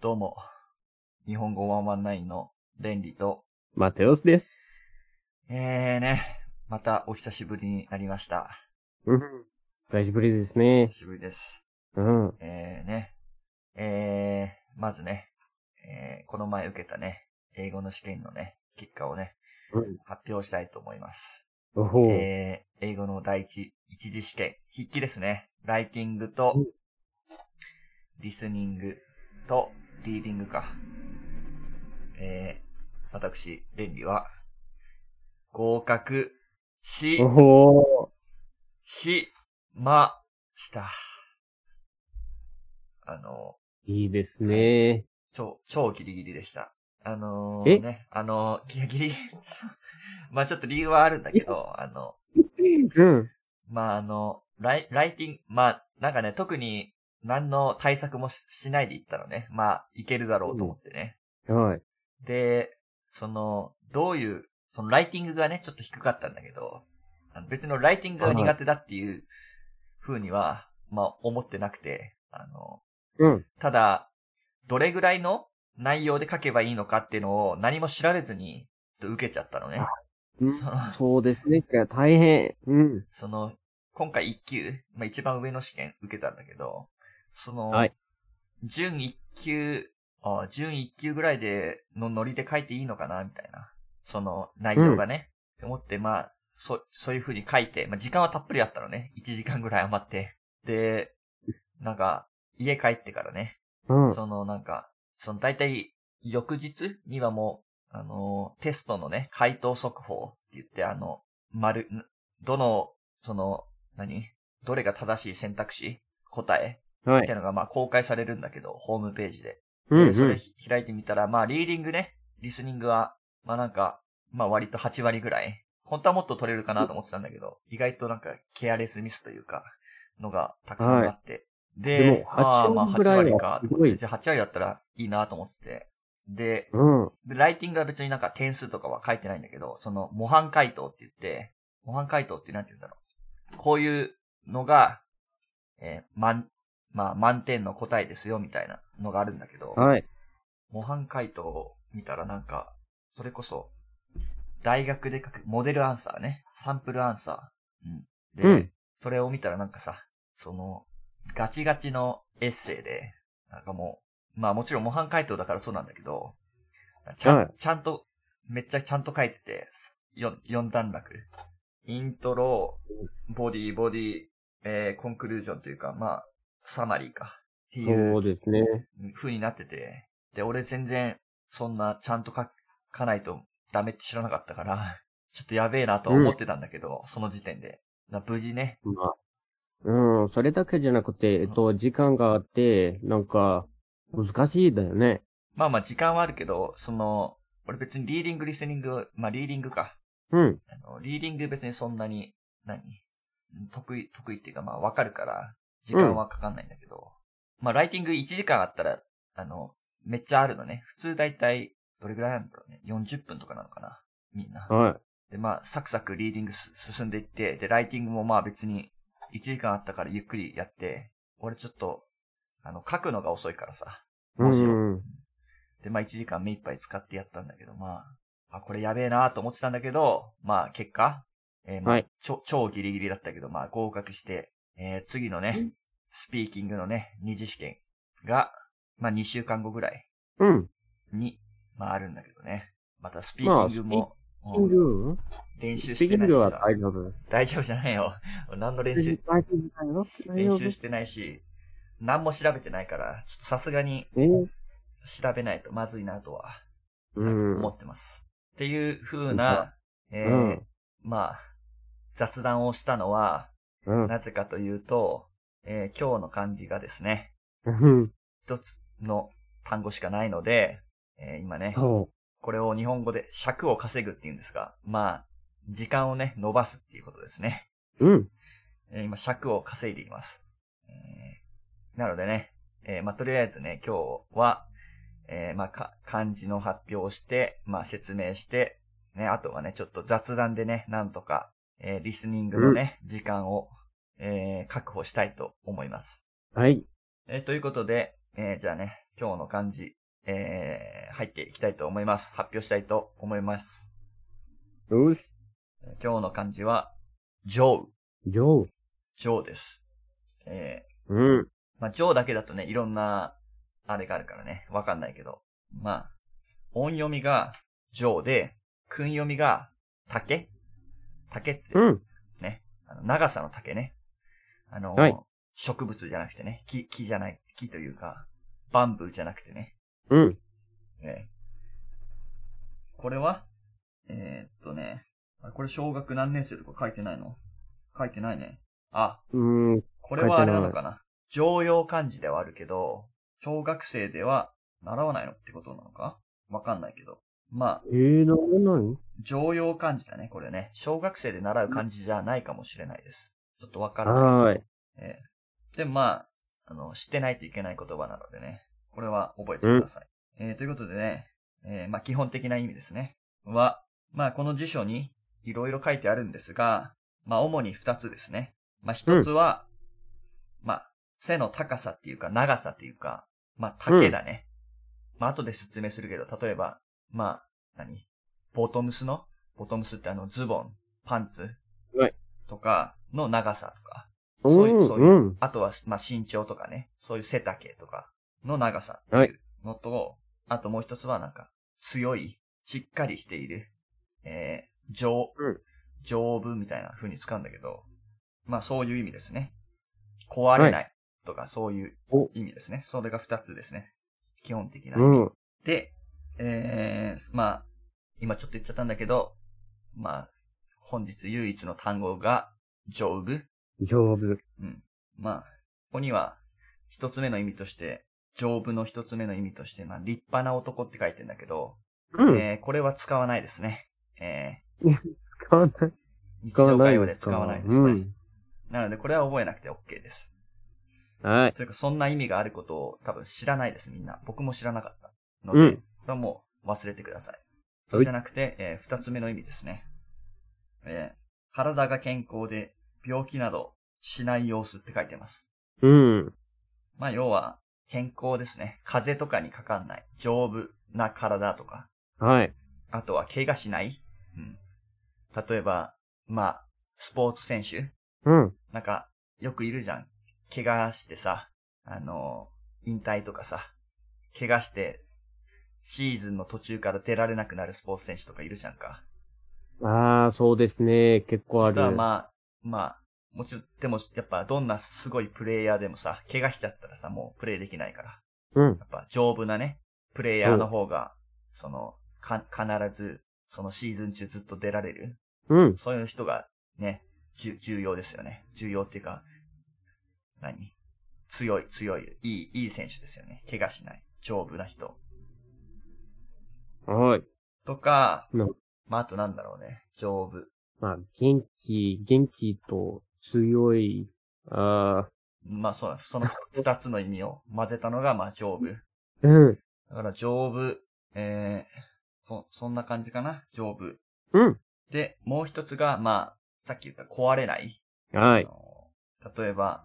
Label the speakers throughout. Speaker 1: どうも、日本語119のレンリと、
Speaker 2: マテオスです。
Speaker 1: えーね、またお久しぶりになりました。
Speaker 2: うん。久しぶりですね
Speaker 1: 久。しぶりです。
Speaker 2: うん。
Speaker 1: えーね、えー、まずね、えー、この前受けたね、英語の試験のね、結果をね、
Speaker 2: うん
Speaker 1: 発表したいと思います。
Speaker 2: おほう。
Speaker 1: えー、英語の第一、一次試験、筆記ですね。ライティングと
Speaker 2: うん、
Speaker 1: リスニングと、リーディングか。えー、私、レンリは、合格し
Speaker 2: お、ほ
Speaker 1: し、ま、した。あの、
Speaker 2: う。いいですね。
Speaker 1: 超、超ギリギリでした。あの
Speaker 2: え
Speaker 1: ー、ね、あのー、ギリギ リ。まあちょっと理由はあるんだけど、あの、
Speaker 2: うん。
Speaker 1: まあ、あの、ライ、ライティング、まあ、なんかね、特に何の対策もししないで行ったのね。まあ、いけるだろうと思ってね。
Speaker 2: はい。
Speaker 1: で、その、どういう、そのライティングがね、ちょっと低かったんだけど、あの別のライティングが苦手だっていう風には、まあ、思ってなくて、あの、
Speaker 2: うん。
Speaker 1: ただ、どれぐらいの内容で書けばいいのかっていうのを何も調べずに、ちょっと受けちゃったのね。
Speaker 2: うん
Speaker 1: その
Speaker 2: そうですね。大変。うん。
Speaker 1: その、今回1級、まあ、一番上の試験受けたんだけど、その、
Speaker 2: はい
Speaker 1: 準1級、あ準1級ぐらいで、のノリで書いていいのかな、みたいな。その、内容がね、思って、まあ、そ、そういう風に書いて、まあ、時間はたっぷりあったのね。1時間ぐらい余って。で、なんか、家帰ってからね、
Speaker 2: うん。
Speaker 1: そのなんか、その大体翌日にはもう、あのーテストのね、回答速報って言って、あの、丸、んどの、その、何どれが正しい選択肢答え
Speaker 2: は
Speaker 1: みたい
Speaker 2: い。
Speaker 1: なのがまあ公開されるんだけど、ホームページで。
Speaker 2: うんう
Speaker 1: でそれ
Speaker 2: ん。
Speaker 1: ひ開いてみたら、まあリーディングね、リスニングは、まあなんか、まあ割と8割ぐらい。本当はもっと取れるかなと思ってたんだけど、意外となんかケアレスミスというか、のがたくさんあって。で、
Speaker 2: でも
Speaker 1: まあまあ
Speaker 2: 8
Speaker 1: 8
Speaker 2: 割
Speaker 1: 割
Speaker 2: ぐらい
Speaker 1: か
Speaker 2: は
Speaker 1: と
Speaker 2: す
Speaker 1: 思
Speaker 2: ご
Speaker 1: っ
Speaker 2: い
Speaker 1: て、じゃあ8割だったらいいなと思ってて。で、
Speaker 2: うん。
Speaker 1: でライティングは別になんか点数とかは書いてないんだけど、その模範回答って言って、模範回答ってなんて言うんだろう。こういうのが、えー満、まあ満点の答えですよみたいなのがあるんだけど、
Speaker 2: はい。
Speaker 1: 模範解答を見たらなんか、それこそ、大学で書くモデルアンサーね。サンプルアンサー。うん。で、
Speaker 2: うん
Speaker 1: それを見たらなんかさ、その、ガチガチのエッセイで、なんかもう、まあもちろん模範解答だからそうなんだけど、ちゃん、
Speaker 2: はい
Speaker 1: ちゃんと、めっちゃちゃんと書いてて、4, 四段落。イントロ、ボディ、ボディ、えー、コンクルージョンというか、まあ、サマリーか。っていう
Speaker 2: そうですね。
Speaker 1: 風になってて、で、俺全然、そんな、ちゃんと書かないとダメって知らなかったから、 ちょっとやべえなとは思ってたんだけど、その時点で。な無事ね。
Speaker 2: まあ。うん。それだけじゃなくて、えっと、時間があって、なんか、難しいだよね。
Speaker 1: まあまあ時間はあるけど、その、俺別にリーディング、リスニング、まあリーディングか。
Speaker 2: うん。
Speaker 1: あのリーディング別にそんなに、何うん得意、得意っていうかまあわかるから、時間はかかんないんだけど、まあライティング1時間あったら、あの、めっちゃあるのね。普通だいたい、どれぐらいなんだろうね。40分とかなのかな。みんな。
Speaker 2: は
Speaker 1: で、まあ、サクサクリーディングす進んでいって、で、ライティングもまあ別に1時間あったからゆっくりやって、俺ちょっと、あの、書くのが遅いからさ、
Speaker 2: い。
Speaker 1: 文字を。
Speaker 2: うん。
Speaker 1: で、まあ1時間目いっぱい使ってやったんだけど、まあ、あ、これやべえなと思ってたんだけど、まあ結果、えーまあ、
Speaker 2: はい
Speaker 1: ちょ超ギリギリだったけど、まあ合格して、えー次のね、スピーキングのね、二次試験が、まあ2週間後ぐらい
Speaker 2: うん。
Speaker 1: に、まああるんだけどね。またスピーキングも、
Speaker 2: キン
Speaker 1: うん
Speaker 2: グ
Speaker 1: 練習し
Speaker 2: ス
Speaker 1: て
Speaker 2: ピキ
Speaker 1: な
Speaker 2: ン
Speaker 1: いし
Speaker 2: グは
Speaker 1: さ。
Speaker 2: 大丈夫。
Speaker 1: 大丈夫じゃないよ。 何の練習、
Speaker 2: 大丈夫だよ。大
Speaker 1: 練
Speaker 2: 丈夫
Speaker 1: 習してないし、何も調べてないから、ちょっとさすがに
Speaker 2: えー
Speaker 1: 調べないとまずいなとは、
Speaker 2: うん。
Speaker 1: 思ってます。っていう風な、えー
Speaker 2: うん
Speaker 1: まあ、雑談をしたのは、
Speaker 2: うん。
Speaker 1: なぜかというと、えー今日の漢字がですね、
Speaker 2: うん。
Speaker 1: 一つの単語しかないので、えー今ね、
Speaker 2: そ
Speaker 1: これを日本語で尺を稼ぐっていうんですが、まあ、時間をね、伸ばすっていうことですね。
Speaker 2: う。うん。
Speaker 1: えー今、尺を稼いでいます。えーなのでね、えーまあ、とりあえずね、今日は、えーまあ、か、漢字の発表をして、まあ、説明して、ね、あとはね、ちょっと雑談でね、なんとか、えーリスニングのね、時間を、えー確保したいと思います。
Speaker 2: はい。
Speaker 1: えーということで、えーじゃあね、今日の漢字、えー、入っていきたいと思います。発表したいと思います。
Speaker 2: よし。
Speaker 1: えー今日の漢字は、ジョウ、
Speaker 2: ジョー。
Speaker 1: ジョウです。えー、
Speaker 2: うん。
Speaker 1: まあ、ジョウだけだとね、いろんな、あれがあるからね、わかんないけど。まあ、音読みが、ジョウで、訓読みが、竹竹って、
Speaker 2: うん。
Speaker 1: ね、あの長さの竹ね。あの、
Speaker 2: はい
Speaker 1: 植物じゃなくてね、木、木じゃない、木というか、バンブーじゃなくてね。
Speaker 2: うん。
Speaker 1: ねこれはえー、っとね、あこれ小学何年生とか書いてないの書いてないね。あ、
Speaker 2: うん。
Speaker 1: これはあれなのかな常用漢字ではあるけど、小学生では習わないのってことなのかわかんないけど。まあ、
Speaker 2: えー、なんな
Speaker 1: 常用漢字だね、これね。小学生で習う漢字じゃないかもしれないです。ちょっとわからない。
Speaker 2: のはーい。
Speaker 1: ええでもまあ、あの、知ってないといけない言葉なのでね。これは覚えてください。えーということでね、えーまあ基本的な意味ですね。は、まあこの辞書にいろいろ書いてあるんですが、まあ主に二つですね。まあ一つは、まあ背の高さっていうか長さっていうか、まあ丈だね。まあ後で説明するけど、例えば、まあ、何ボトムスのボトムスってあのズボン、パンツ
Speaker 2: はい
Speaker 1: とかの長さとか、そういう、そういうう。
Speaker 2: ん。うん。
Speaker 1: あとは、まあ、身長とかね、そういう背丈とかの長さ
Speaker 2: は
Speaker 1: って
Speaker 2: い
Speaker 1: いうのと、あともう一つはなんか、強い、しっかりしている、えー、丈、
Speaker 2: うん
Speaker 1: 丈夫みたいな風に使うんだけど、まあそういう意味ですね。壊れないとかそういう
Speaker 2: お
Speaker 1: 意味ですね。それが二つですね。基本的な。
Speaker 2: うん。
Speaker 1: で、えー、まあ、今ちょっと言っちゃったんだけど、まあ、本日唯一の単語が、丈夫
Speaker 2: 丈夫。
Speaker 1: まあ、ここには、一つ目の意味として、丈夫の一つ目の意味として、まあ、立派な男って書いてんだけど、
Speaker 2: うん。
Speaker 1: えーこれは使わないですね。え
Speaker 2: 使わない。
Speaker 1: ー、日
Speaker 2: 使わ
Speaker 1: 常
Speaker 2: な
Speaker 1: 会
Speaker 2: い
Speaker 1: 話
Speaker 2: で
Speaker 1: です使
Speaker 2: か。
Speaker 1: わないですね。
Speaker 2: うん。
Speaker 1: なので、これは覚えなくて OK です。
Speaker 2: はい。
Speaker 1: というか、そんな意味があることを多分知らないです、みんな。僕も知らなかったので、
Speaker 2: うん
Speaker 1: これはもう忘れてください。そうじゃなくて、えー二つ目の意味ですね。えー体が健康で病気などしない様子って書いてます。
Speaker 2: うん。
Speaker 1: まあ、要は、健康ですね。風邪とかにかかんない。丈夫な体とか。
Speaker 2: はい。
Speaker 1: あとは、怪我しない。うん。例えば、まあ、スポーツ選手
Speaker 2: うん。
Speaker 1: なんか、よくいるじゃん。怪我してさ、あの、引退とかさ、怪我して、シーズンの途中から出られなくなるスポーツ選手とかいるじゃんか。
Speaker 2: ああ、そうですね。結構あ
Speaker 1: 人は
Speaker 2: る。
Speaker 1: まあ、まあ、もちろん、でも、やっぱ、どんなすごいプレイヤーでもさ、怪我しちゃったらさ、もうプレイできないから。
Speaker 2: うん。
Speaker 1: やっぱ丈夫なね、プレイヤーの方が、その、か、必ず、そのシーズン中ずっと出られる。
Speaker 2: うん。
Speaker 1: そういう人が、ね、じゅ重要ですよね。重要っていうか、何強い、強い、いい、いい選手ですよね。怪我しない。丈夫な人。
Speaker 2: はい。
Speaker 1: とか
Speaker 2: な、
Speaker 1: まあ、あとなんだろうね。丈夫。
Speaker 2: まあ、元気、元気と強い、ああ、
Speaker 1: まあ、そうだその二つの意味を混ぜたのが、まあ、丈夫。
Speaker 2: うん。
Speaker 1: だから、丈夫、えー、そ、そんな感じかな。丈夫。
Speaker 2: うん。
Speaker 1: で、もう一つが、まあ、さっき言った壊れない。
Speaker 2: はい
Speaker 1: あ。の例えば、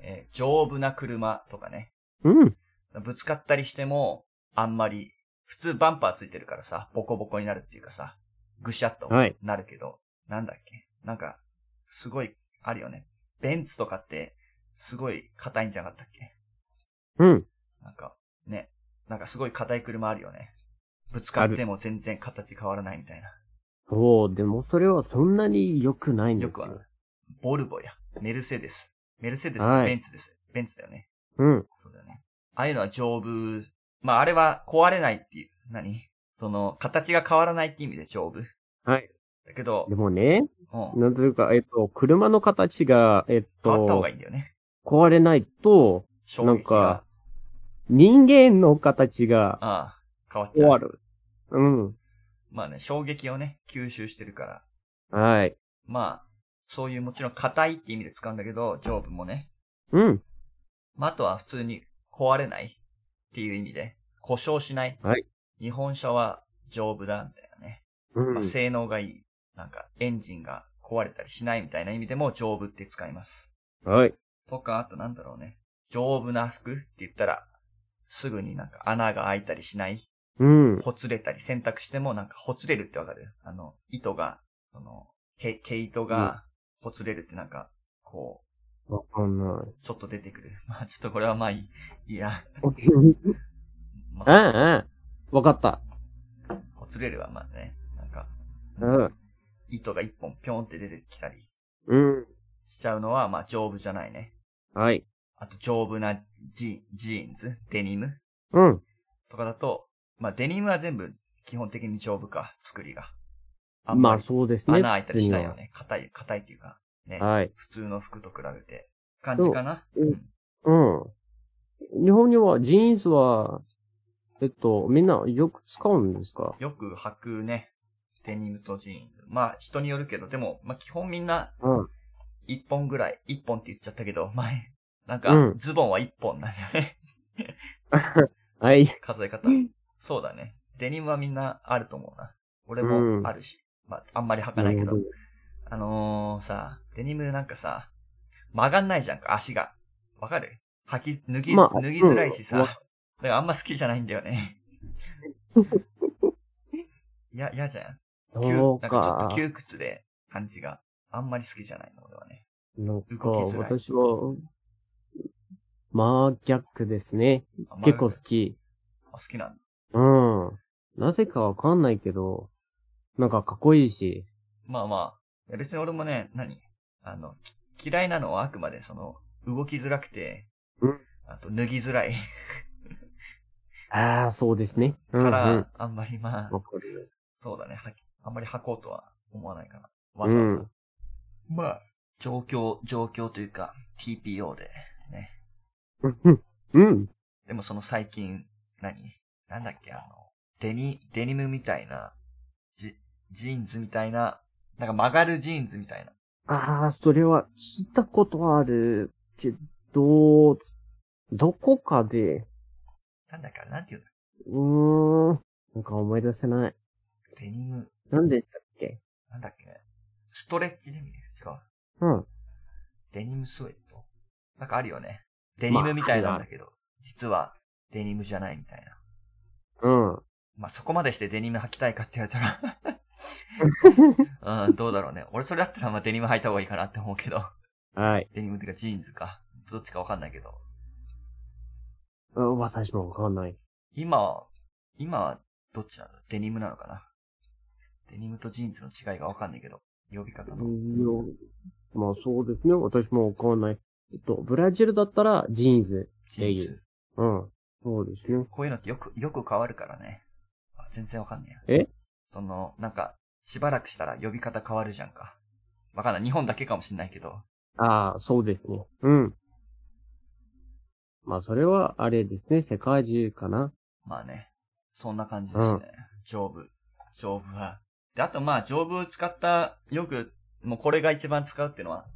Speaker 1: えー丈夫な車とかね。
Speaker 2: うん。
Speaker 1: ぶつかったりしても、あんまり、普通バンパーついてるからさ、ボコボコになるっていうかさ、ぐしゃっと
Speaker 2: はい
Speaker 1: なるけど、なんだっけなんか、すごい、あるよね。ベンツとかって、すごい硬いんじゃなかったっけ
Speaker 2: うん。
Speaker 1: なんか、ね。なんかすごい硬い車あるよね。ぶつかっても全然形変わらないみたいな。
Speaker 2: そう、でもそれはそんなに良くないんです
Speaker 1: よ
Speaker 2: よ。
Speaker 1: くある。ボルボや、メルセデス。メルセデス
Speaker 2: は
Speaker 1: と
Speaker 2: い
Speaker 1: ベンツです。ベンツだよね。
Speaker 2: うん。
Speaker 1: そうだよね。ああいうのは丈夫。まあ、あれは壊れないっていう。何その、形が変わらないって意味で丈夫。
Speaker 2: はい。
Speaker 1: だけど
Speaker 2: で、もね、
Speaker 1: うん、
Speaker 2: なんというか、えっと、車の形が、えっ
Speaker 1: 変わった方
Speaker 2: と
Speaker 1: が、いいんだよね。
Speaker 2: 壊れないと、
Speaker 1: 衝撃が。
Speaker 2: なんか人間の形が
Speaker 1: ああ、変わっち
Speaker 2: 終
Speaker 1: ゃ
Speaker 2: わ
Speaker 1: う。
Speaker 2: る。うん。
Speaker 1: まあね、衝撃をね、吸収してるから。
Speaker 2: はい。
Speaker 1: まあ、そういうもちろん硬いって意味で使うんだけど、丈夫もね。
Speaker 2: うん。
Speaker 1: まあ、あとは普通に壊れないっていう意味で、故障しない。
Speaker 2: はい
Speaker 1: 日本車は丈夫だ、みたいなね。
Speaker 2: うん
Speaker 1: まあ、。性能がいい。なんか、エンジンが壊れたりしないみたいな意味でも丈夫って使います。
Speaker 2: はい。
Speaker 1: とか、あとなんだろうね。丈夫な服って言ったら、すぐになんか穴が開いたりしない、
Speaker 2: うん。
Speaker 1: ほつれたり、洗濯してもなんかほつれるってわかるあの、糸が、その、毛、毛糸がほつれるってなんか、こ
Speaker 2: わかんな
Speaker 1: う、ちょっと出てくる。 まあちょっとこれはまあいい、いや、
Speaker 2: い。うん
Speaker 1: ま
Speaker 2: う
Speaker 1: あ、
Speaker 2: ん。わかった。
Speaker 1: ほつれるはまあね、なんか、
Speaker 2: うん。
Speaker 1: 糸が一本ピョンって出てきたり
Speaker 2: うん。
Speaker 1: しちゃうのはまあ丈夫じゃないね。
Speaker 2: はい。
Speaker 1: あと丈夫なジジーンズ、デニム
Speaker 2: うん。
Speaker 1: とかだと、まあデニムは全部基本的に丈夫か、作りが。あん
Speaker 2: ま
Speaker 1: ま
Speaker 2: あ
Speaker 1: り
Speaker 2: そうですね。
Speaker 1: 穴開いたりしないよ
Speaker 2: 普
Speaker 1: ね。硬い、硬いっていうか、ね
Speaker 2: 通に。は。はい。
Speaker 1: 普通の服と比べて。感じかな
Speaker 2: そう
Speaker 1: うん
Speaker 2: ううん。日本にはジーンズは、えっと、みんなよく使うんですか
Speaker 1: よく履くね。デニムとジーンズ。まあ人によるけど、でも、まあ基本みんな
Speaker 2: うん。
Speaker 1: 一本ぐらい、一本って言っちゃったけど、前、なん
Speaker 2: う
Speaker 1: か
Speaker 2: ん
Speaker 1: ズボンは一本なんじゃね
Speaker 2: はい。
Speaker 1: 数え方。そうだね。デニムはみんなあると思うな。俺
Speaker 2: う
Speaker 1: も
Speaker 2: ん
Speaker 1: あるし。まあ、あんまり履かないけど
Speaker 2: なる。
Speaker 1: あのー、さ、デニムなんかさ、曲がんないじゃんか、足が。わかる履き、脱ぎ、
Speaker 2: まあ
Speaker 1: 脱ぎづらいしさ。
Speaker 2: うん
Speaker 1: だからあんま好きじゃないんだよね。いや、嫌じゃん。
Speaker 2: ほど
Speaker 1: 窮
Speaker 2: そう
Speaker 1: なんかちょっ
Speaker 2: か
Speaker 1: と。窮屈で、感じが。あんまり好きじゃないの、俺はね。
Speaker 2: なんか、
Speaker 1: 動きづらい
Speaker 2: 私は、真逆ですね。
Speaker 1: あんまり
Speaker 2: 結構好き。
Speaker 1: あ好きなんだ。
Speaker 2: うん。なぜかわかんないけど、なんかかっこいいし。
Speaker 1: まあまあ。いや別に俺もね、何あの、き嫌いなのはあくまでその、動きづらくて
Speaker 2: うん、
Speaker 1: あと脱ぎづらい
Speaker 2: ああ、そうですね。うん、う
Speaker 1: か
Speaker 2: ん。わ
Speaker 1: ら、あんまりまあ、
Speaker 2: かる。
Speaker 1: そうだね。はあんまり履こうとは思わないかな。わざわざ。
Speaker 2: うん
Speaker 1: まあ、状況、状況というか、TPO で、ね。
Speaker 2: うんうん。
Speaker 1: でもその最近、何なんだっけ、あの、デニ、デニムみたいな、ジ、ジーンズみたいな、なんか曲がるジーンズみたいな。
Speaker 2: ああ、それは聞いたことあるけど、どこかで、
Speaker 1: なんだっけ、あれなんていうの
Speaker 2: うーん、なんか思い出せない。
Speaker 1: デニム、
Speaker 2: なんでしたっけ
Speaker 1: なんだっけね。ストレッチデニム違う。
Speaker 2: うん。
Speaker 1: デニムスウェットなんかあるよね。デニムみたいなんだけど、実はデニムじゃないみたいな。
Speaker 2: うん。
Speaker 1: まあ、そこまでしてデニム履きたいかって言われたら、うん、どうだろうね。俺それだったらまあデニム履いた方がいいかなって思うけど。
Speaker 2: はい。
Speaker 1: デニムっていうかジーンズか。どっちかわかんないけど。
Speaker 2: うん、私もわかんない。
Speaker 1: 今は、今はどっちなんだデニムなのかなデニムとジーンズの違いがわかんないけど。呼び方
Speaker 2: い
Speaker 1: の。
Speaker 2: やまあそうですね。私もわかんない。えっと、ブラジルだったらジーンズ。
Speaker 1: ジーンズ。
Speaker 2: うん。そうですね。
Speaker 1: こういうのってよく、よく変わるからね。あ全然わかんね
Speaker 2: え
Speaker 1: その、なんか、しばらくしたら呼び方変わるじゃんか。わかんない。日本だけかもしんないけど。
Speaker 2: ああ、そうですね。うん。まあ、それは、あれですね。世界中かな。
Speaker 1: まあね。そんな感じですね。
Speaker 2: うん
Speaker 1: 丈夫。丈夫は。で、あとまあ、丈夫を使った、よく、もうこれが一番使うっていうのは、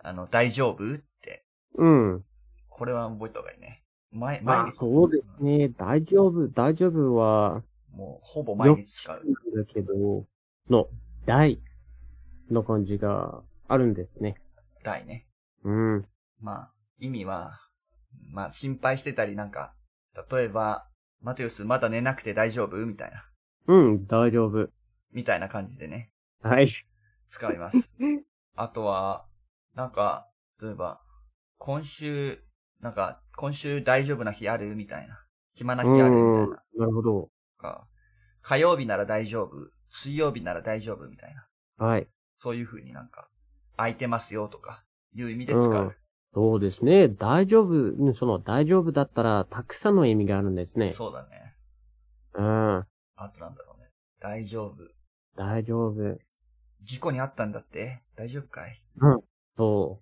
Speaker 1: あの、大丈夫って。
Speaker 2: うん。
Speaker 1: これは覚えた方がいいね。毎、
Speaker 2: ま
Speaker 1: 毎
Speaker 2: あ、
Speaker 1: 日、
Speaker 2: そうですね。大丈夫、大丈夫は、
Speaker 1: もう、ほぼ毎日使う。
Speaker 2: だけど、の、大の感じがあるんですね。
Speaker 1: 大ね。
Speaker 2: うん。
Speaker 1: まあ、意味は、まあ、心配してたりなんか、例えば、マテウスまだ寝なくて大丈夫みたいな。
Speaker 2: うん、大丈夫。
Speaker 1: みたいな感じでね、
Speaker 2: はい。
Speaker 1: 使い ます。あとは、なんか、例えば、今週、なんか、今週大丈夫な日あるみたいな。暇な日あるみたいな。
Speaker 2: なるほど。
Speaker 1: か火曜日なら大丈夫。水曜日なら大丈夫みたいな。
Speaker 2: はい。
Speaker 1: そういう風になんか、空いてますよとか、いう意味で使う。
Speaker 2: うんそうですね。大丈夫、うんその、大丈夫だったら、たくさんの意味があるんですね。
Speaker 1: そうだね。
Speaker 2: うん。
Speaker 1: あとなんだろうね。大丈夫。
Speaker 2: 大丈夫。
Speaker 1: 事故にあったんだって大丈夫かい
Speaker 2: そ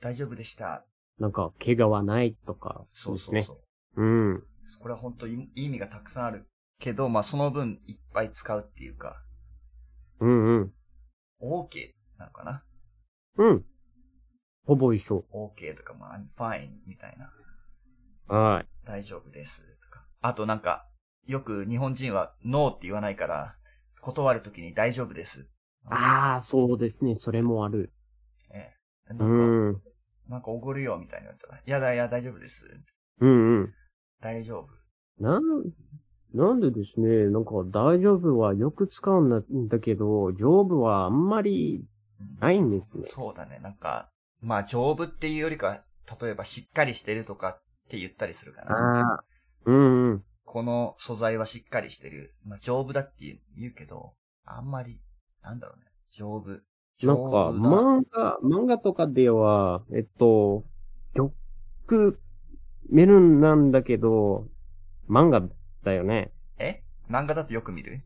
Speaker 1: 大丈夫でした。
Speaker 2: う。なんか、怪我はないとか。
Speaker 1: そうそう
Speaker 2: ですね。
Speaker 1: そう。
Speaker 2: うん。
Speaker 1: これは本当に意味がたくさんあるけど、まあその分いっぱい使うっていうか、
Speaker 2: うんうん。
Speaker 1: OK なのかな
Speaker 2: うん。ほぼ一緒。
Speaker 1: ?OK とか、まあ I'm fine みたいな。
Speaker 2: は
Speaker 1: 大丈夫ですとか。あとなんか、よく日本人は No って言わないから、断るときに大丈夫です。
Speaker 2: い。ああ、そうですね。それもある。
Speaker 1: ええな
Speaker 2: う
Speaker 1: んか、
Speaker 2: ん。うん
Speaker 1: なんかおごるよみたいに言われたら、やだいや大丈夫です。
Speaker 2: うん。
Speaker 1: 大丈夫。
Speaker 2: なん、なんでですね、なんか大丈夫はよく使うんだけど、丈夫はあんまり
Speaker 1: うん
Speaker 2: ないんですね。
Speaker 1: そうだね。なんか、まあ、丈夫っていうよりか、例えばしっかりしてるとかって言ったりするかな。
Speaker 2: ああ。うんうん。
Speaker 1: この素材はしっかりしてる。まあ、丈夫だって言うけど、あんまり、なんだろうね。丈夫。
Speaker 2: な
Speaker 1: 丈
Speaker 2: んか、
Speaker 1: 夫だ
Speaker 2: 漫画、漫画とかでは、えっと、よく見るんなんだけど、漫画だよね。
Speaker 1: え漫画だとよく見る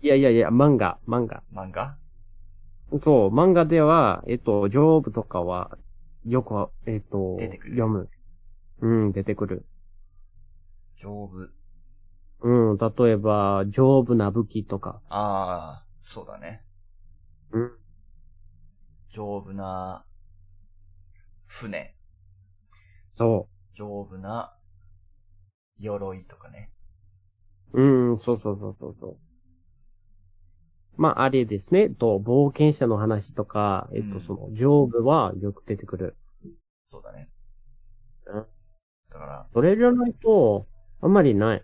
Speaker 2: いやいやいや、漫画、漫画。
Speaker 1: 漫画
Speaker 2: そう、漫画では、えっと、丈夫とかは、よくは、えっと、
Speaker 1: 出てくる
Speaker 2: 読む。うん、出てくる。
Speaker 1: 丈夫。
Speaker 2: うん、例えば、丈夫な武器とか。
Speaker 1: ああ、そうだね。
Speaker 2: うん。
Speaker 1: 丈夫な、船。
Speaker 2: そ
Speaker 1: 丈夫な、鎧とかね。
Speaker 2: う。うん、そうそうそうそうそう。まあ、あれですね。えっと、冒険者の話とか、えっ
Speaker 1: う
Speaker 2: と、
Speaker 1: ん
Speaker 2: その、丈夫はよく出てくる。
Speaker 1: そうだね。
Speaker 2: うん
Speaker 1: だから、
Speaker 2: それじゃないと、あんまりない。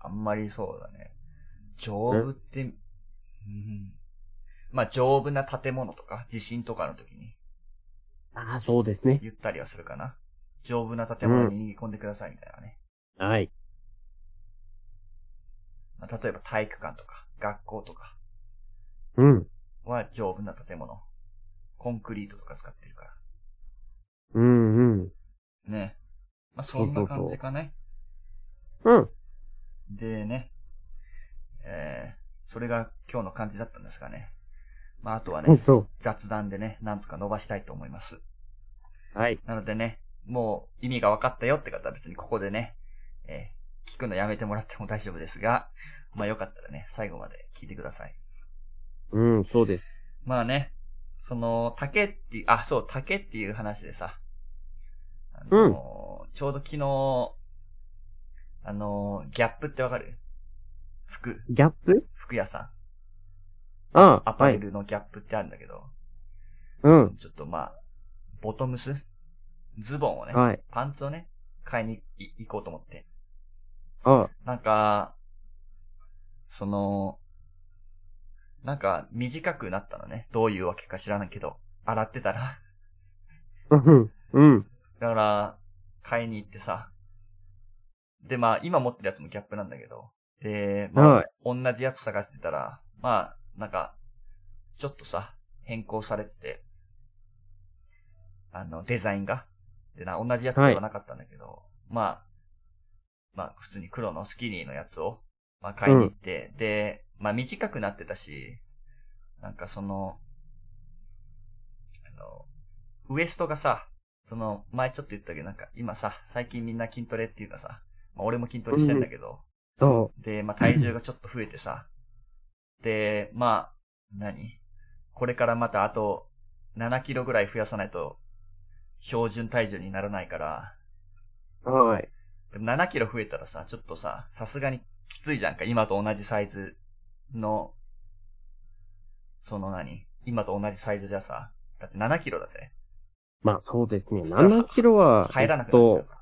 Speaker 1: あんまりそうだね。丈夫って、うん。まあ、丈夫な建物とか、地震とかの時に
Speaker 2: ああ、そうですね。
Speaker 1: 言ったりはするかな。丈夫な建物に逃げ込んでくださいみたいなね。
Speaker 2: はい。
Speaker 1: まあ、例えば体育館とか、学校とか
Speaker 2: うん。
Speaker 1: は丈夫な建物。コンクリートとか使ってるから。
Speaker 2: うんうん。
Speaker 1: ね。まあ、そんな感じかね。
Speaker 2: うん。
Speaker 1: でね。えー、それが今日の感じだったんですがね。まあ、あとはね、
Speaker 2: そ
Speaker 1: 雑談でね、なんとか伸ばしたいと思います。
Speaker 2: う。はい。
Speaker 1: なのでね、もう意味が分かったよって方は別にここでね、えー聞くのやめてもらっても大丈夫ですが、まあよかったらね、最後まで聞いてください。
Speaker 2: うん、そうです。
Speaker 1: まあね、その、竹っていう、あ、そう、竹っていう話でさ、あのーちょうど昨日、あのーギャップってわかる服、
Speaker 2: ギャップ
Speaker 1: 服屋さん。
Speaker 2: あ
Speaker 1: ア
Speaker 2: あ、
Speaker 1: パ
Speaker 2: は
Speaker 1: レ
Speaker 2: い。
Speaker 1: ルのギャップってあるんだけど、
Speaker 2: うん。
Speaker 1: ちょっとまあ、ボトムスズボンをね、
Speaker 2: はい。
Speaker 1: パンツをね、買いにい行こうと思って。
Speaker 2: あ
Speaker 1: なんか、その、なんか短くなったのね。どういうわけか知らないけど、洗ってたら。
Speaker 2: うん。うん。
Speaker 1: だから、買いに行ってさ。で、まあ、今持ってるやつもギャップなんだけど。で、ま
Speaker 2: は
Speaker 1: あ、同じやつ探してたら、まあ、なんか、ちょっとさ、変更されてて、あの、デザインが。でな、同じやつではなかったんだけど、まあ、まあ、普通に黒のスキニーのやつを、まあ、買いに行って、で、まあ、短くなってたし、なんかその、あの、ウエストがさ、その、前ちょっと言ったけど、なんか今さ、最近みんな筋トレっていうかさ、まあ、俺も筋トレしてんだけど、
Speaker 2: そ
Speaker 1: で、まあ、体重がちょっと増えてさ、で、まあ、何これからまたあと7キロぐらい増やさないと、標準体重にならないから、
Speaker 2: う。はい。
Speaker 1: でも7キロ増えたらさ、ちょっとさ、さすがにきついじゃんか。今と同じサイズの、その何今と同じサイズじゃさ、だって7キロだぜ。
Speaker 2: まあそうですね。
Speaker 1: そしたら
Speaker 2: 7キロは、
Speaker 1: 入らな
Speaker 2: えっ
Speaker 1: くなっちゃう
Speaker 2: と、
Speaker 1: か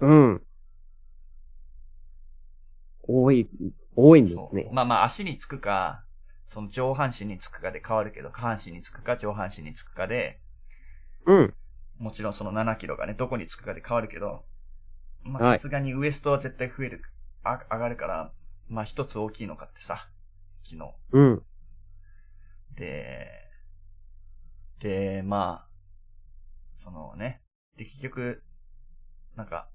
Speaker 1: ら。うん。
Speaker 2: うん。多い、多いんです
Speaker 1: そう
Speaker 2: ね。
Speaker 1: まあまあ足につくか、その上半身につくかで変わるけど、下半身につくか上半身につくかで、
Speaker 2: うん。
Speaker 1: もちろんその7キロがね、どこにつくかで変わるけど、まあ
Speaker 2: は
Speaker 1: さ
Speaker 2: い
Speaker 1: すがにウエストは絶対増える、あ上がるから、まあ一つ大きいの買ってさ、昨日。
Speaker 2: うん。
Speaker 1: で、で、まあ、そのね、で結局、なんか、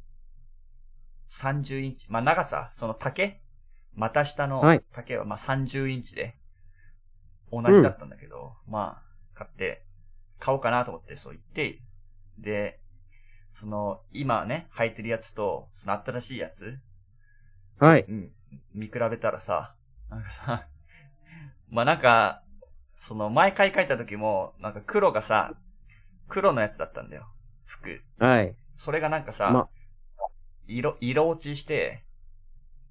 Speaker 1: 30インチ、まあ長さ、その丈股下の
Speaker 2: はい
Speaker 1: 丈はまあ30インチで、同じだったんだけど、まあ、買って、買おうかなと思ってそう言って、で、その、今ね、履いてるやつと、その新しいやつ、
Speaker 2: はい。
Speaker 1: うん見比べたらさ、なんかさ、 まあなんか、その前買い替えた時も、なんか黒がさ、黒のやつだったんだよ。服。
Speaker 2: はい。
Speaker 1: それがなんかさ、
Speaker 2: ま
Speaker 1: 色、色落ちして、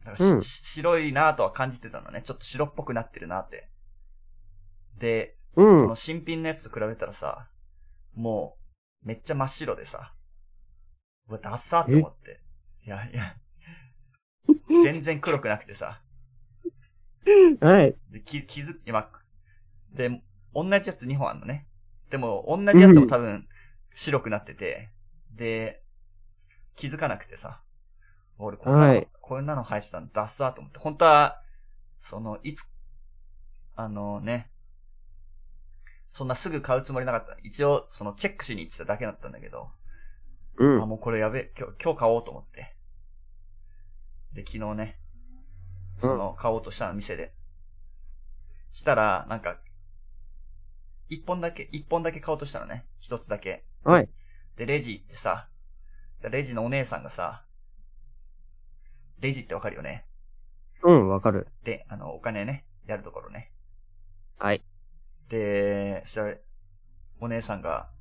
Speaker 1: なんかし
Speaker 2: うん
Speaker 1: 白いなぁとは感じてたのね。ちょっと白っぽくなってるなって。で、
Speaker 2: う
Speaker 1: そ
Speaker 2: ん
Speaker 1: の。新品のやつと比べたらさ、 もう、めっちゃ真っ白でさ、うわ、ダッサーって思って。いや、いや、全然黒くなくてさ。
Speaker 2: はい。
Speaker 1: で、気、気づ、今、で、同じやつ2本あんのね。でも、同じやつも多分、白くなってて、で、気づかなくてさ。俺、こんなの、
Speaker 2: はい
Speaker 1: こんなの生えてたのダッサーと思って。本当は、その、いつ、あのね、そんなすぐ買うつもりなかった。一応、その、チェックしに行ってただけだったんだけど、
Speaker 2: う
Speaker 1: あ、
Speaker 2: ん。
Speaker 1: もうこれやべえ、今日、今日買おうと思って。で、昨日ね、その、買おうとしたの、店で。したら、なんか、一本だけ、一本だけ買おうとしたのね。一つだけ。
Speaker 2: はい。
Speaker 1: で、レジ行ってさ、レジのお姉さんがさ、レジってわかるよね。
Speaker 2: うん、わかる。
Speaker 1: で、あの、お金ね、やるところね。
Speaker 2: はい。
Speaker 1: で、そしたら、お姉さんが、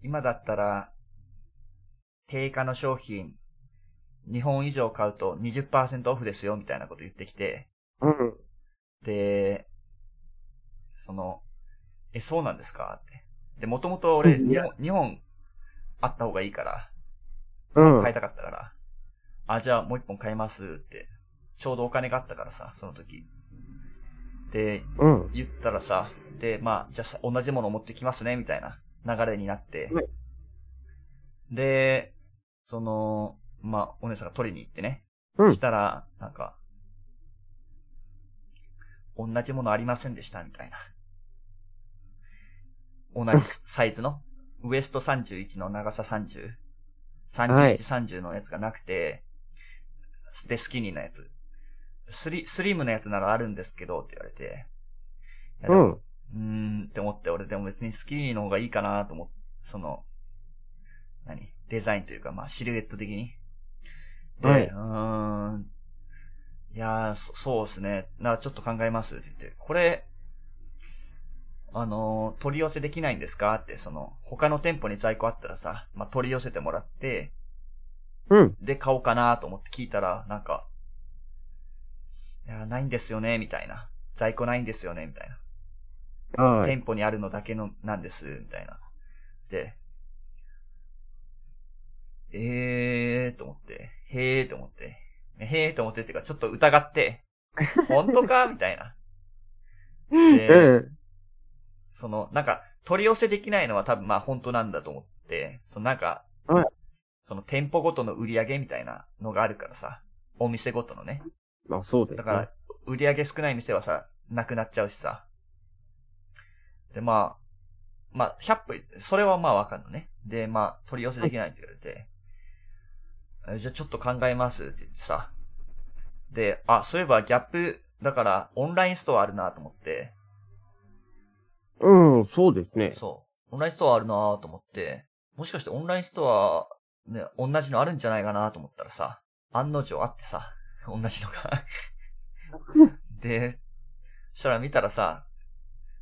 Speaker 1: 今だったら、定価の商品、2本以上買うと20%オフですよ、みたいなこと言ってきて、
Speaker 2: うん。
Speaker 1: で、その、え、そうなんですかって。で、もともと俺、
Speaker 2: うん
Speaker 1: 2本、2本あった方がいいから、
Speaker 2: うん。
Speaker 1: 買いたかったから、あ、じゃあもう一本買いますって、ちょうどお金があったからさ、その時。で、
Speaker 2: うん。
Speaker 1: 言ったらさ、で、まあ、じゃあさ同じもの持ってきますね、みたいな流れになって。
Speaker 2: はい
Speaker 1: で、その、まあ、お姉さんが取りに行ってね。
Speaker 2: うん
Speaker 1: したら、なんか、同じものありませんでした、みたいな。同じサイズの、ウエスト31の長さ30、31、
Speaker 2: はい
Speaker 1: 30のやつがなくて、で、スキニーなやつ。スリ、スリムなやつならあるんですけど、って言われて。いやで
Speaker 2: う
Speaker 1: も
Speaker 2: ん。
Speaker 1: うーんって思って、俺でも別にスキニーの方がいいかなと思って、その、何デザインというか、まあ、シルエット的に。で、
Speaker 2: はいう
Speaker 1: ーん。いやー、そそうですね。ならちょっと考えますって言って、これ、あのー取り寄せできないんですかって、その、他の店舗に在庫あったらさ、まあ、取り寄せてもらって、
Speaker 2: うん。
Speaker 1: で、買おうかなと思って聞いたら、なんか、いやー、ないんですよね、みたいな。在庫ないんですよね、みたいな。
Speaker 2: はい。
Speaker 1: 店舗にあるのだけの、なんです、みたいな。で、えーと思って、へーと思って、へーと思ってっていうか、ちょっと疑って、 本当かみたいな。で、
Speaker 2: うん。
Speaker 1: その、なんか、取り寄せできないのは多分まあ本当なんだと思って、そのなんか
Speaker 2: はい、
Speaker 1: その店舗ごとの売り上げみたいなのがあるからさ、お店ごとのね。
Speaker 2: まあ、そうですね。
Speaker 1: だから、売り上げ少ない店はさ、なくなっちゃうしさ。で、まあ、まあ、100歩、それはまあわかんのね。で、まあ、取り寄せできないって言われて、えじゃあちょっと考えますって言ってさ。で、あ、そういえばギャップ、だから、オンラインストアあるなと思って、
Speaker 2: うん、そうですね。
Speaker 1: そう。オンラインストアあるなと思って、もしかしてオンラインストア、ね、同じのあるんじゃないかなと思ったらさ、案の定あってさ、同じのが。 で、そしたら見たらさ、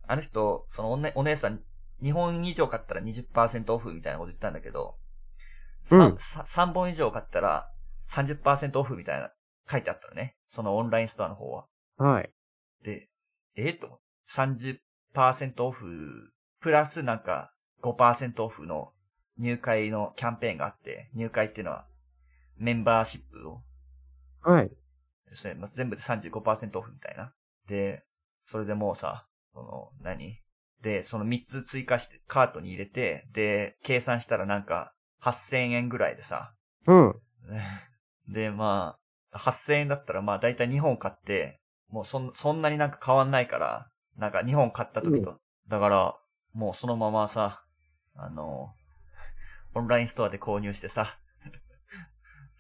Speaker 1: あの人、そのお,、ね、お姉さん、日本以上買ったら20%オフみたいなこと言ったんだけど、さ
Speaker 2: うん
Speaker 1: さ3本以上買ったら30%オフみたいな書いてあったのね。そのオンラインストアの方は。
Speaker 2: はい。
Speaker 1: で、えーと思って、30%オフ、プラスなんか5%オフの入会のキャンペーンがあって、入会っていうのはメンバーシップを
Speaker 2: はい。
Speaker 1: ですね、まあ、全部で35%オフみたいな。で、それでもうさ、その、何で、その3つ追加してカートに入れて、で、計算したらなんか8000円ぐらいでさ、
Speaker 2: うん。
Speaker 1: で、まあ、8000円だったら、まあ、だいたい2本買って、もうそん、そんなになんか変わんないから、なんか2本買った時と。だから、もうそのままさ、あの、オンラインストアで購入してさ、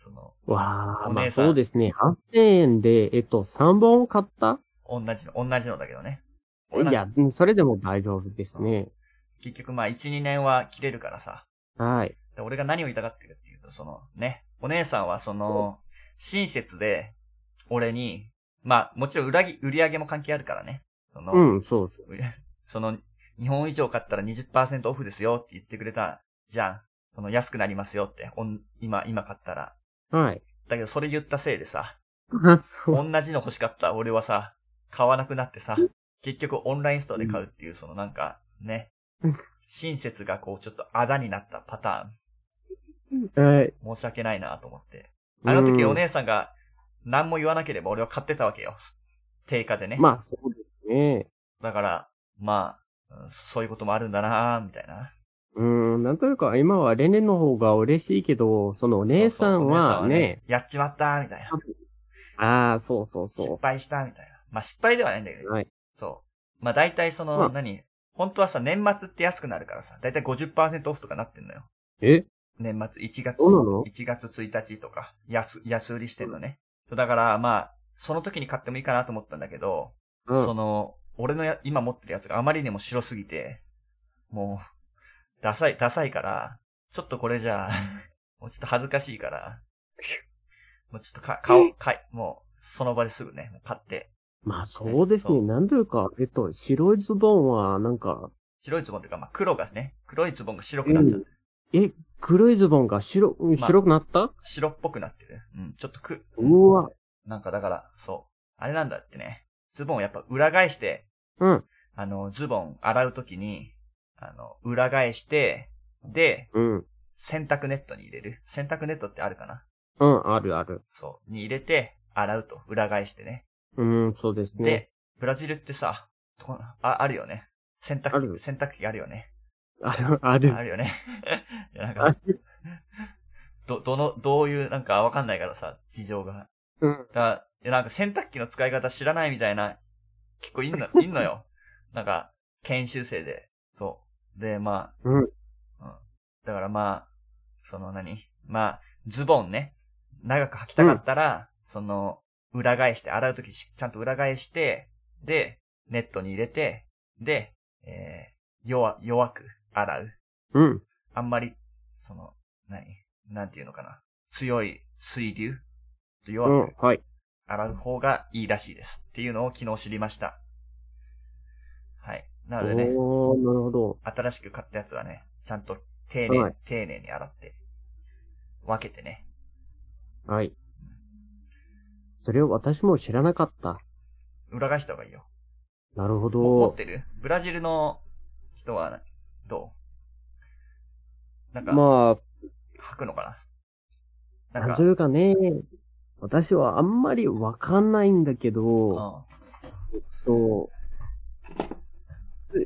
Speaker 1: その、
Speaker 2: わあ、
Speaker 1: お
Speaker 2: ま
Speaker 1: 姉
Speaker 2: あ
Speaker 1: さん
Speaker 2: そうですね。8000円で、えっと、3本買った
Speaker 1: 同じの、同じのだけどね。
Speaker 2: いや、うんそれでも大丈夫ですね。
Speaker 1: 結局まあ、1、2年は切れるからさ。
Speaker 2: はい。
Speaker 1: で俺が何を言いたかってるかっていうと、そのね、お姉さんはその、親切で、俺に、まあ、もちろん裏ぎ、売り上げも関係あるからね。その、
Speaker 2: うん、そうそう。
Speaker 1: その、日本以上買ったら20%オフですよって言ってくれたじゃん。その安くなりますよって、おん今、今買ったら。
Speaker 2: はい。
Speaker 1: だけどそれ言ったせいでさ、
Speaker 2: あ、そう。
Speaker 1: 同じの欲しかった俺はさ、買わなくなってさ、結局オンラインストアで買うっていう、そのなんか、ね
Speaker 2: うん。
Speaker 1: 親切がこうちょっとあだになったパタ
Speaker 2: はい。
Speaker 1: ーン。申し訳ないなと思って。あの時お
Speaker 2: ね。
Speaker 1: 姉さんが、何も言わなければ俺は買ってたわけよ。定価でね。
Speaker 2: まあ、そうですね。
Speaker 1: だから、まあ、うんそういうこともあるんだなーみたいな。
Speaker 2: うーん、なんというか、今はレネの方が嬉しいけど、そのお姉さん
Speaker 1: そうそう
Speaker 2: は
Speaker 1: お
Speaker 2: ね、
Speaker 1: やっちまったーみたいな。
Speaker 2: ああ、そうそう
Speaker 1: 失
Speaker 2: そ
Speaker 1: 敗したみたいな。まあ失敗ではないんだけ
Speaker 2: う。
Speaker 1: ど。
Speaker 2: はい。
Speaker 1: そう。まあ大体その、
Speaker 2: まあ
Speaker 1: 何本当はさ、年末って安くなるからさ、大体50%オフとかなってんのよ。
Speaker 2: え
Speaker 1: 年末1月、
Speaker 2: そうなの
Speaker 1: 1月1日とか、安、安売りしてんのね。だからまあ、その時に買ってもいいかなと思ったんだけど、
Speaker 2: うん。
Speaker 1: その、俺のや今持ってるやつがあまりにも白すぎて、もう、ダサい、ダサいから、ちょっとこれじゃあ、 もうちょっと恥ずかしいから、もうちょっとか、顔、かい、もう、その場ですぐね、もう買って、
Speaker 2: まあそうです
Speaker 1: そ
Speaker 2: ね。
Speaker 1: う
Speaker 2: なんというか、えっと、白いズボンは、なんか、
Speaker 1: 白いズボンというか、まあ、黒がね、黒いズボンが白くなっちゃって、
Speaker 2: え、黒いズボンが白、うん
Speaker 1: まあ
Speaker 2: 白くなった、
Speaker 1: 白っぽくなってる。うん、ちょっとく、
Speaker 2: うわ。
Speaker 1: なんかだから、そう。あれなんだってね。ズボンをやっぱ裏返して、
Speaker 2: うん。
Speaker 1: あの、ズボン洗うときに、あの、裏返して、で、
Speaker 2: うん。
Speaker 1: 洗濯ネットに入れる。洗濯ネットってあるかな
Speaker 2: うん、あるある。
Speaker 1: そう。に入れて、洗うと。裏返してね。
Speaker 2: うん、そうです
Speaker 1: で、
Speaker 2: ね。
Speaker 1: ブラジルってさ、どこあ、あるよね。洗
Speaker 2: あ
Speaker 1: 濯機、
Speaker 2: る
Speaker 1: 洗濯機あるよね。
Speaker 2: ある、ある。
Speaker 1: あるよね。 いやなん
Speaker 2: あ
Speaker 1: か、ど、どの、どういう、なんかわかんないからさ、事情が。
Speaker 2: う
Speaker 1: だ
Speaker 2: ん。
Speaker 1: からいや、なんか洗濯機の使い方知らないみたいな、結構いん の、いんのよ。なんか、研修生で。そう。で、まあ。
Speaker 2: うん
Speaker 1: だからまあ、その何まあ、ズボンね。長く履きたかったら、その、裏返して、洗うときしちゃんと裏返して、で、ネットに入れて、で、えー、弱、弱く洗う。
Speaker 2: うん。
Speaker 1: あんまり、その、何なんていうのかな。強い水流
Speaker 2: う
Speaker 1: 弱く
Speaker 2: ん。はい。
Speaker 1: 洗う方がいいらしいです。っていうのを昨日知りました。はい。なのでね、
Speaker 2: おー、なるほど。
Speaker 1: 新しく買ったやつはね、ちゃんと丁寧、
Speaker 2: はい
Speaker 1: 丁寧に洗って、分けてね。
Speaker 2: はい。それを私も知らなかった。
Speaker 1: 裏返した方がいいよ。
Speaker 2: なるほど。
Speaker 1: も持ってるブラジルの人は、どうなんか、
Speaker 2: ま
Speaker 1: 履くのか
Speaker 2: あ、
Speaker 1: なな
Speaker 2: なんん
Speaker 1: か、
Speaker 2: というかね、私はあんまりわかんないんだけど、
Speaker 1: う
Speaker 2: と、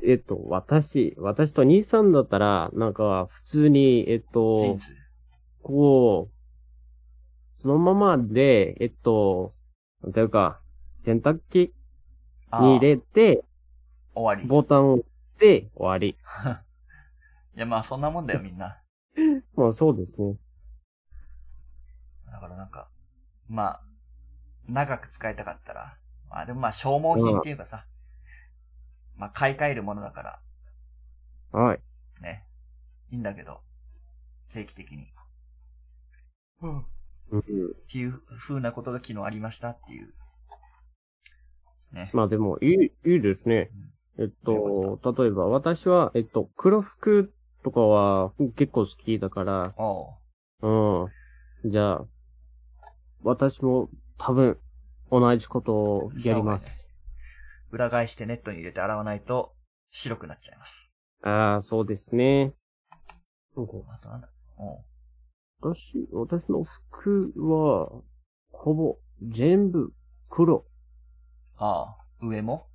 Speaker 2: えっと、私、私と兄さんだったら、なんか、普通に、え
Speaker 1: ん。ジー
Speaker 2: っ
Speaker 1: ン
Speaker 2: と、
Speaker 1: ズ。
Speaker 2: こう、そのままで、えっと、なんというか、洗濯機
Speaker 1: あ
Speaker 2: に入
Speaker 1: ー
Speaker 2: れて、
Speaker 1: 終わり。
Speaker 2: ボタンを押して、終わり。
Speaker 1: いや、まあそんなもんだよ、みんな。
Speaker 2: まあ、そうですね。
Speaker 1: だからなんか、まあ、長く使いたかったら、まあでもまあ消耗品っていうかさ、まあ買い替えるものだから、
Speaker 2: はい。
Speaker 1: ね、いいんだけど、定期的に。うんっ
Speaker 2: うん、
Speaker 1: ていう風なことが昨日ありましたっていう。ね。
Speaker 2: まあ、でも、いい、いいですね。えっと、例えば、私は、えっと、黒服とかは結構好きだから、
Speaker 1: おう
Speaker 2: うん。じゃあ、私も多分同じことをやります。
Speaker 1: 裏返してネットに入れて洗わないと白くなっちゃいます。
Speaker 2: ああ、そうですね。なんか
Speaker 1: あとなんだおう
Speaker 2: 私、私の服は、ほぼ全部黒。
Speaker 1: ああ、上も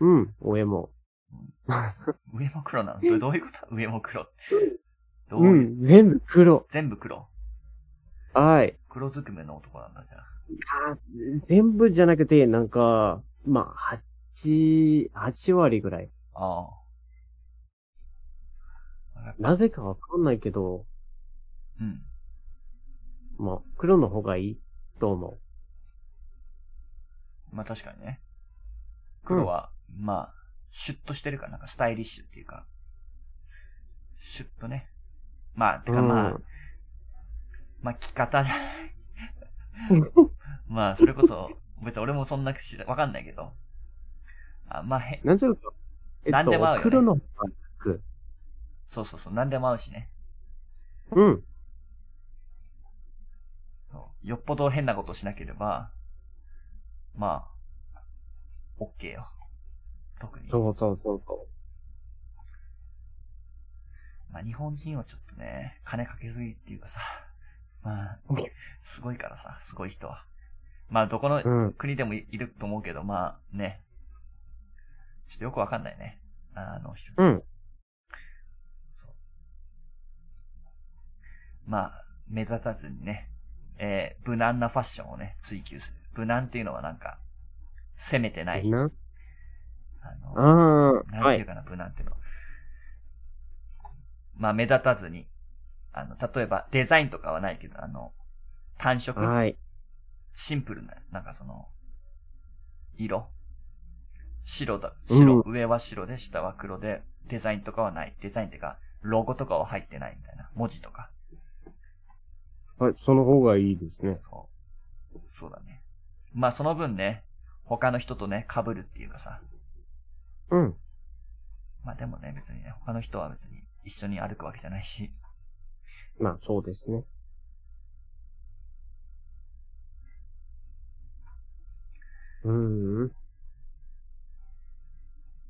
Speaker 2: うん、上も。
Speaker 1: 上も黒なのどどういうこと上も黒。どう
Speaker 2: う
Speaker 1: いう、
Speaker 2: ん、全部黒。
Speaker 1: 全部黒。
Speaker 2: はい。
Speaker 1: 黒ずくめの男なんだじゃん。
Speaker 2: あー全部じゃなくて、なんか、まあ、8、8割ぐらい。
Speaker 1: ああ。
Speaker 2: なぜかわかんないけど、
Speaker 1: うん。
Speaker 2: まあ、黒の方がいいと思
Speaker 1: まあ確かにね。黒は、まあ、シュッとしてるから、なんかスタイリッシュっていうか。シュッとね。まあ、
Speaker 2: う。
Speaker 1: てかまあ、
Speaker 2: うん
Speaker 1: まあ着方じゃない。 まあ、それこそ、別に俺もそんな知ら、わかんないけど。あまあ、へ、
Speaker 2: なんちゅうか、えっ
Speaker 1: 何
Speaker 2: と、
Speaker 1: でも合うよね
Speaker 2: 黒の方が
Speaker 1: そうそうそう、なんでも合うしね。
Speaker 2: うん。
Speaker 1: そうよっぽど変なことしなければ、まあ、オッケーよ。特に。
Speaker 2: そうそうそうそ
Speaker 1: まあ、日本人はちょっとね、金かけすぎっていうかさ、 まあ、すごいからさ、すごい人は。まあ、どこの
Speaker 2: うん。
Speaker 1: 国でもいいると思うけど、まあね。ちょっとよくわかんないね。あの人。
Speaker 2: うん。
Speaker 1: そう。まあ、目立たずにね、えー無難なファッションをね、追求する。無難っていうのはなんか、攻めてない。
Speaker 2: な
Speaker 1: あ
Speaker 2: あ
Speaker 1: の、
Speaker 2: あ、
Speaker 1: なん
Speaker 2: は
Speaker 1: ていう
Speaker 2: い。
Speaker 1: かな、無難っていうのは。まあ、目立たずに、あの、例えば、デザインとかはないけど、あの、単色、
Speaker 2: はい。
Speaker 1: シンプルな、なんかその、色白だ、
Speaker 2: うん
Speaker 1: 白、上は白で、下は黒で、デザインとかはない。デザインっていうか、ロゴとかは入ってないみたいな。文字とか。
Speaker 2: はい。その方がいいですね。
Speaker 1: そう。そうだね。まあ、その分ね、他の人とね、被るっていうかさ。
Speaker 2: うん。
Speaker 1: まあでもね、別にね、他の人は別に一緒に歩くわけじゃないし。
Speaker 2: まあ、そうですね。うーん。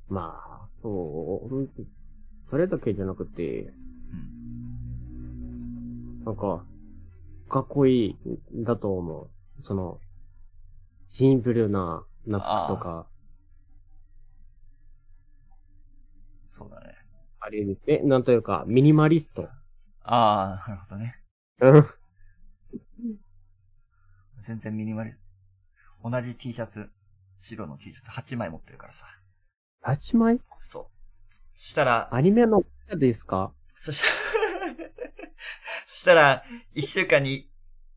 Speaker 2: まあ、そう。それだけじゃなくて、
Speaker 1: うん。
Speaker 2: なんか、かっこいいんだと思う。その、シンプルな、な服とか、
Speaker 1: そうだね。
Speaker 2: あれですね。なんというか、ミニマリスト。
Speaker 1: ああ、なるほどね。
Speaker 2: うん。
Speaker 1: 全然ミニマリ、同じ T シャツ、白の T シャツ8枚持ってるからさ。
Speaker 2: 8枚
Speaker 1: そう。したら、
Speaker 2: アニメの歌ですか
Speaker 1: そした ら、そしたら、一週間に、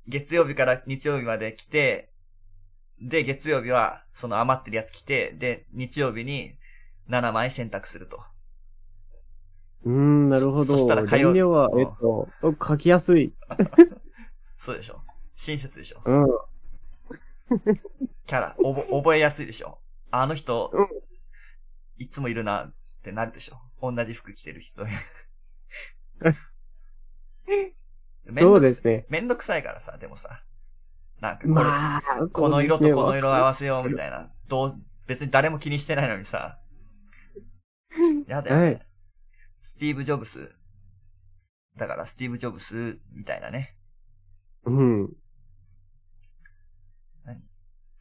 Speaker 1: 月曜日から日曜日まで来て、で、月曜日は、その余ってるやつ来て、で、日曜日に7枚選択すると。
Speaker 2: うーん、なるほど。
Speaker 1: そそしたら火曜
Speaker 2: ジャンルは
Speaker 1: う、ん
Speaker 2: えっと、書きやすい。
Speaker 1: そうでしょ親切でしょ
Speaker 2: うん。
Speaker 1: キャラ、おぼ、覚えやすいでしょあの人
Speaker 2: うん、
Speaker 1: いつもいるなってなるでしょ同じ服着てる 人。めん
Speaker 2: そ
Speaker 1: ど
Speaker 2: う
Speaker 1: く
Speaker 2: で
Speaker 1: さ
Speaker 2: すね。
Speaker 1: めんどくさいからさ、でもさ。なんかこれ、
Speaker 2: まあ、
Speaker 1: この色とこの色を合
Speaker 2: は。
Speaker 1: わせようみたいな。どう、別に誰も気にしてないのにさ。やだよ、
Speaker 2: は
Speaker 1: ね
Speaker 2: い
Speaker 1: スティーブ・ジョブス。だからスティーブ・ジョブスみたいなね。
Speaker 2: うん。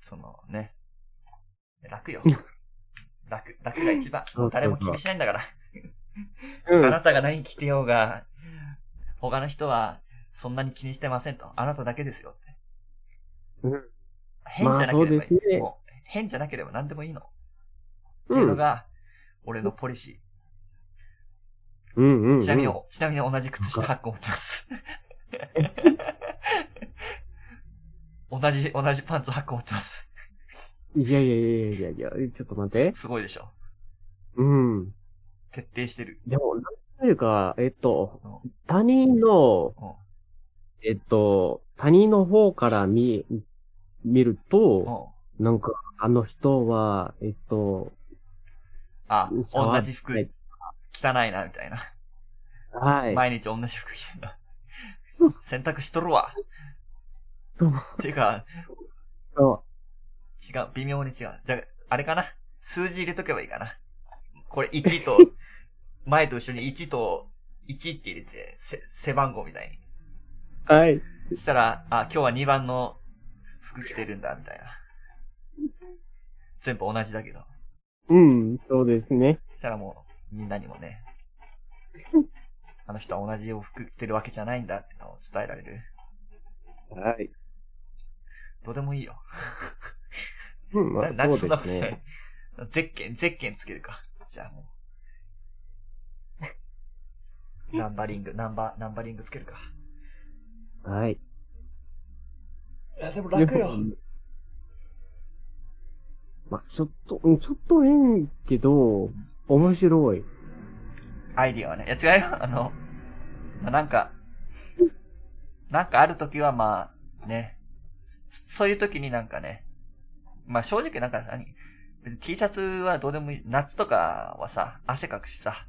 Speaker 1: そのね。楽よ。楽、楽が一番。
Speaker 2: そうそう
Speaker 1: 誰も気にしないんだから。
Speaker 2: う
Speaker 1: あ
Speaker 2: ん。
Speaker 1: なたが何着てようが、他の人はそんなに気にしてませんと。あなただけですよって。
Speaker 2: うん
Speaker 1: 変じゃなければいい。
Speaker 2: まあそうですね
Speaker 1: もう変じゃなければ何でもいいの。って
Speaker 2: う
Speaker 1: いうの
Speaker 2: ん。
Speaker 1: が、俺のポリシー。
Speaker 2: うんうん。
Speaker 1: ちなみに、ちなみに同じ靴下8個持ってます。同じ、同じパンツ8個持ってます。
Speaker 2: いやいやいやいやいや、ちょっと待って。
Speaker 1: すごいでしょ。
Speaker 2: うん。
Speaker 1: 徹底してる。
Speaker 2: でも、なんというか、えっと
Speaker 1: うん、
Speaker 2: 他人の
Speaker 1: うん、
Speaker 2: えっと、他人の方から見、見ると、
Speaker 1: うん。
Speaker 2: なんか、あの人は、えっと、
Speaker 1: あ、
Speaker 2: 触
Speaker 1: 同じ服
Speaker 2: はい
Speaker 1: 汚いな、みたいな。
Speaker 2: はい。
Speaker 1: 毎日同じ服着てんだ。洗濯しとるわ。
Speaker 2: そう、
Speaker 1: ていうか、
Speaker 2: そ
Speaker 1: 違う、微妙に違う。じゃあ、あれかな数字入れとけばいいかな。これ1と、 前と後ろに1と、1って入れて、せ、背番号みたいに。
Speaker 2: う。はい。
Speaker 1: したら、あ、今日は2番の服着てるんだ、みたいな。全部同じだけど。
Speaker 2: うん、そうですね。
Speaker 1: したらもう、みんなにもね、あの人は同じ洋服着てるわけじゃないんだってのを伝えられる。
Speaker 2: はい。
Speaker 1: どうでもいいよ。
Speaker 2: うん、ま
Speaker 1: な、なん
Speaker 2: あ、
Speaker 1: でそ
Speaker 2: そ
Speaker 1: ん
Speaker 2: う
Speaker 1: な
Speaker 2: で
Speaker 1: こと
Speaker 2: す
Speaker 1: しな
Speaker 2: ね。
Speaker 1: い。 ゼッケン、ゼッケンつけるか。じゃあも う。ナンバリング、ナンバ、ナンバリングつけるか。
Speaker 2: はい。
Speaker 1: いや、でも
Speaker 2: まあ、ちょっと、うんちょっと変けど、面白い。
Speaker 1: アイディアはね。いや、違うよ。あ の、まあ、なんか、なんかある時はまあ、ね、そういう時になんかね、まあ正直なんか何別に T シャツはどうでもいい。夏とかはさ、汗かくしさ。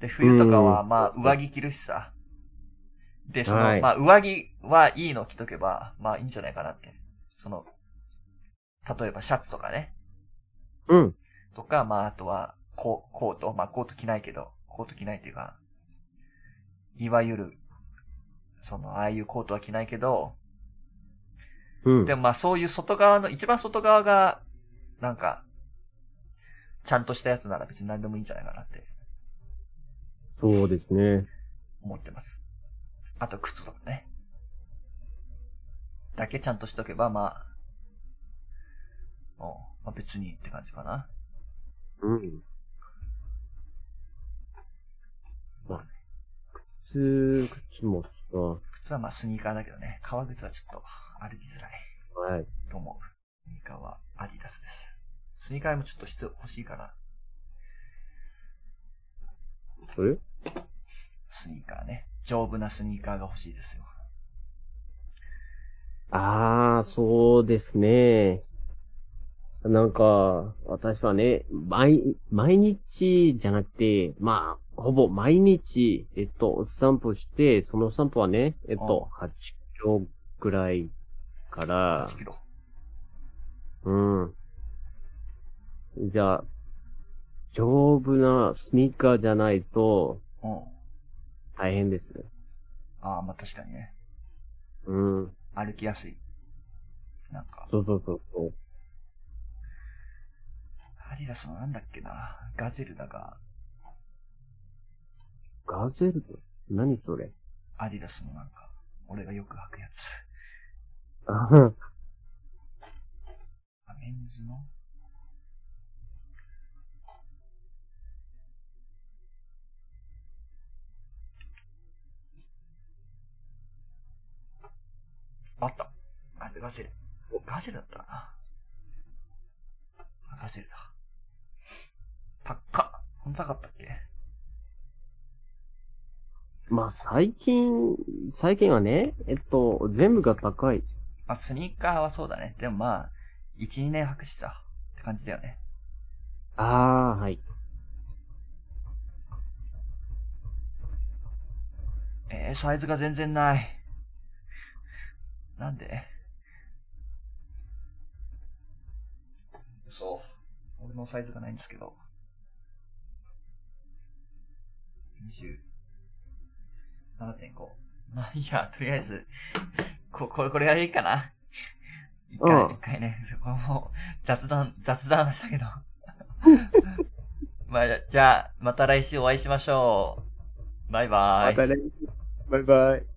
Speaker 1: で、冬とかは
Speaker 2: うん
Speaker 1: まあ上着着るしさ。で、その、
Speaker 2: はい
Speaker 1: まあ上着はいいの着とけば、まあいいんじゃないかなって。その、例えばシャツとかね。
Speaker 2: うん。
Speaker 1: とか、まあ、あとは、ココート。まあ、コート着ないけど、コート着ないっていうか、いわゆる、その、ああいうコートは着ないけど、
Speaker 2: うん。
Speaker 1: でもまあそういう外側の、一番外側が、なんか、ちゃんとしたやつなら別に何でもいいんじゃないかなって
Speaker 2: そうですね。
Speaker 1: 思ってます。あと靴とかね。だけちゃんとしとけば、まあ、おまあ別にって感じかな。
Speaker 2: うん。まあね。靴、靴もちょ
Speaker 1: 靴はまあスニーカーだけどね、革靴はちょっと歩きづらい
Speaker 2: っと、はい。
Speaker 1: と思う。スニーカーはアディダスです。スニーカーもちょっと質欲しいから、
Speaker 2: それ
Speaker 1: スニーカーね。丈夫なスニーカーが欲しいですよ。
Speaker 2: ああ、そうですね。なんか、私はね、毎、毎日じゃなくて、まあ、ほぼ毎日、えっと、お散歩して、そのお散歩はね、えっと、8キロぐらいから、
Speaker 1: 8キロ。
Speaker 2: うん。じゃあ、丈夫なスニーカーじゃないと
Speaker 1: うん。
Speaker 2: 大変です。
Speaker 1: ああ、まあ確かにね。
Speaker 2: うん。
Speaker 1: 歩きやすい。なんか、
Speaker 2: そうそうそうそう。
Speaker 1: アディダスのなんだっけな。ガゼルだか、
Speaker 2: ガゼル何それ
Speaker 1: アディダスのなんか、俺がよく履くやつ。
Speaker 2: あはん
Speaker 1: あ、メンズのあった。あれ、ガゼル。ガゼルだったかな。あガゼルだ。高っ。こんな高かったっけ
Speaker 2: まあ、最近、最近はね、えっと、全部が高い。
Speaker 1: まあ、スニーカーはそうだね。でもまあ、1、2年履くしさ。って感じだよね。
Speaker 2: ああ、はい。
Speaker 1: えー、サイズが全然ない。なんでそう。俺のサイズがないんですけど。27.5。まあいいや、とりあえず、こ、これ、これがいいかな。一回、
Speaker 2: うん
Speaker 1: 一回ね、そこはもう雑談、雑談はしたけ ど。まあ、じゃあ、また来週お会いしましょう。バイバイ。
Speaker 2: またね。バイバイ。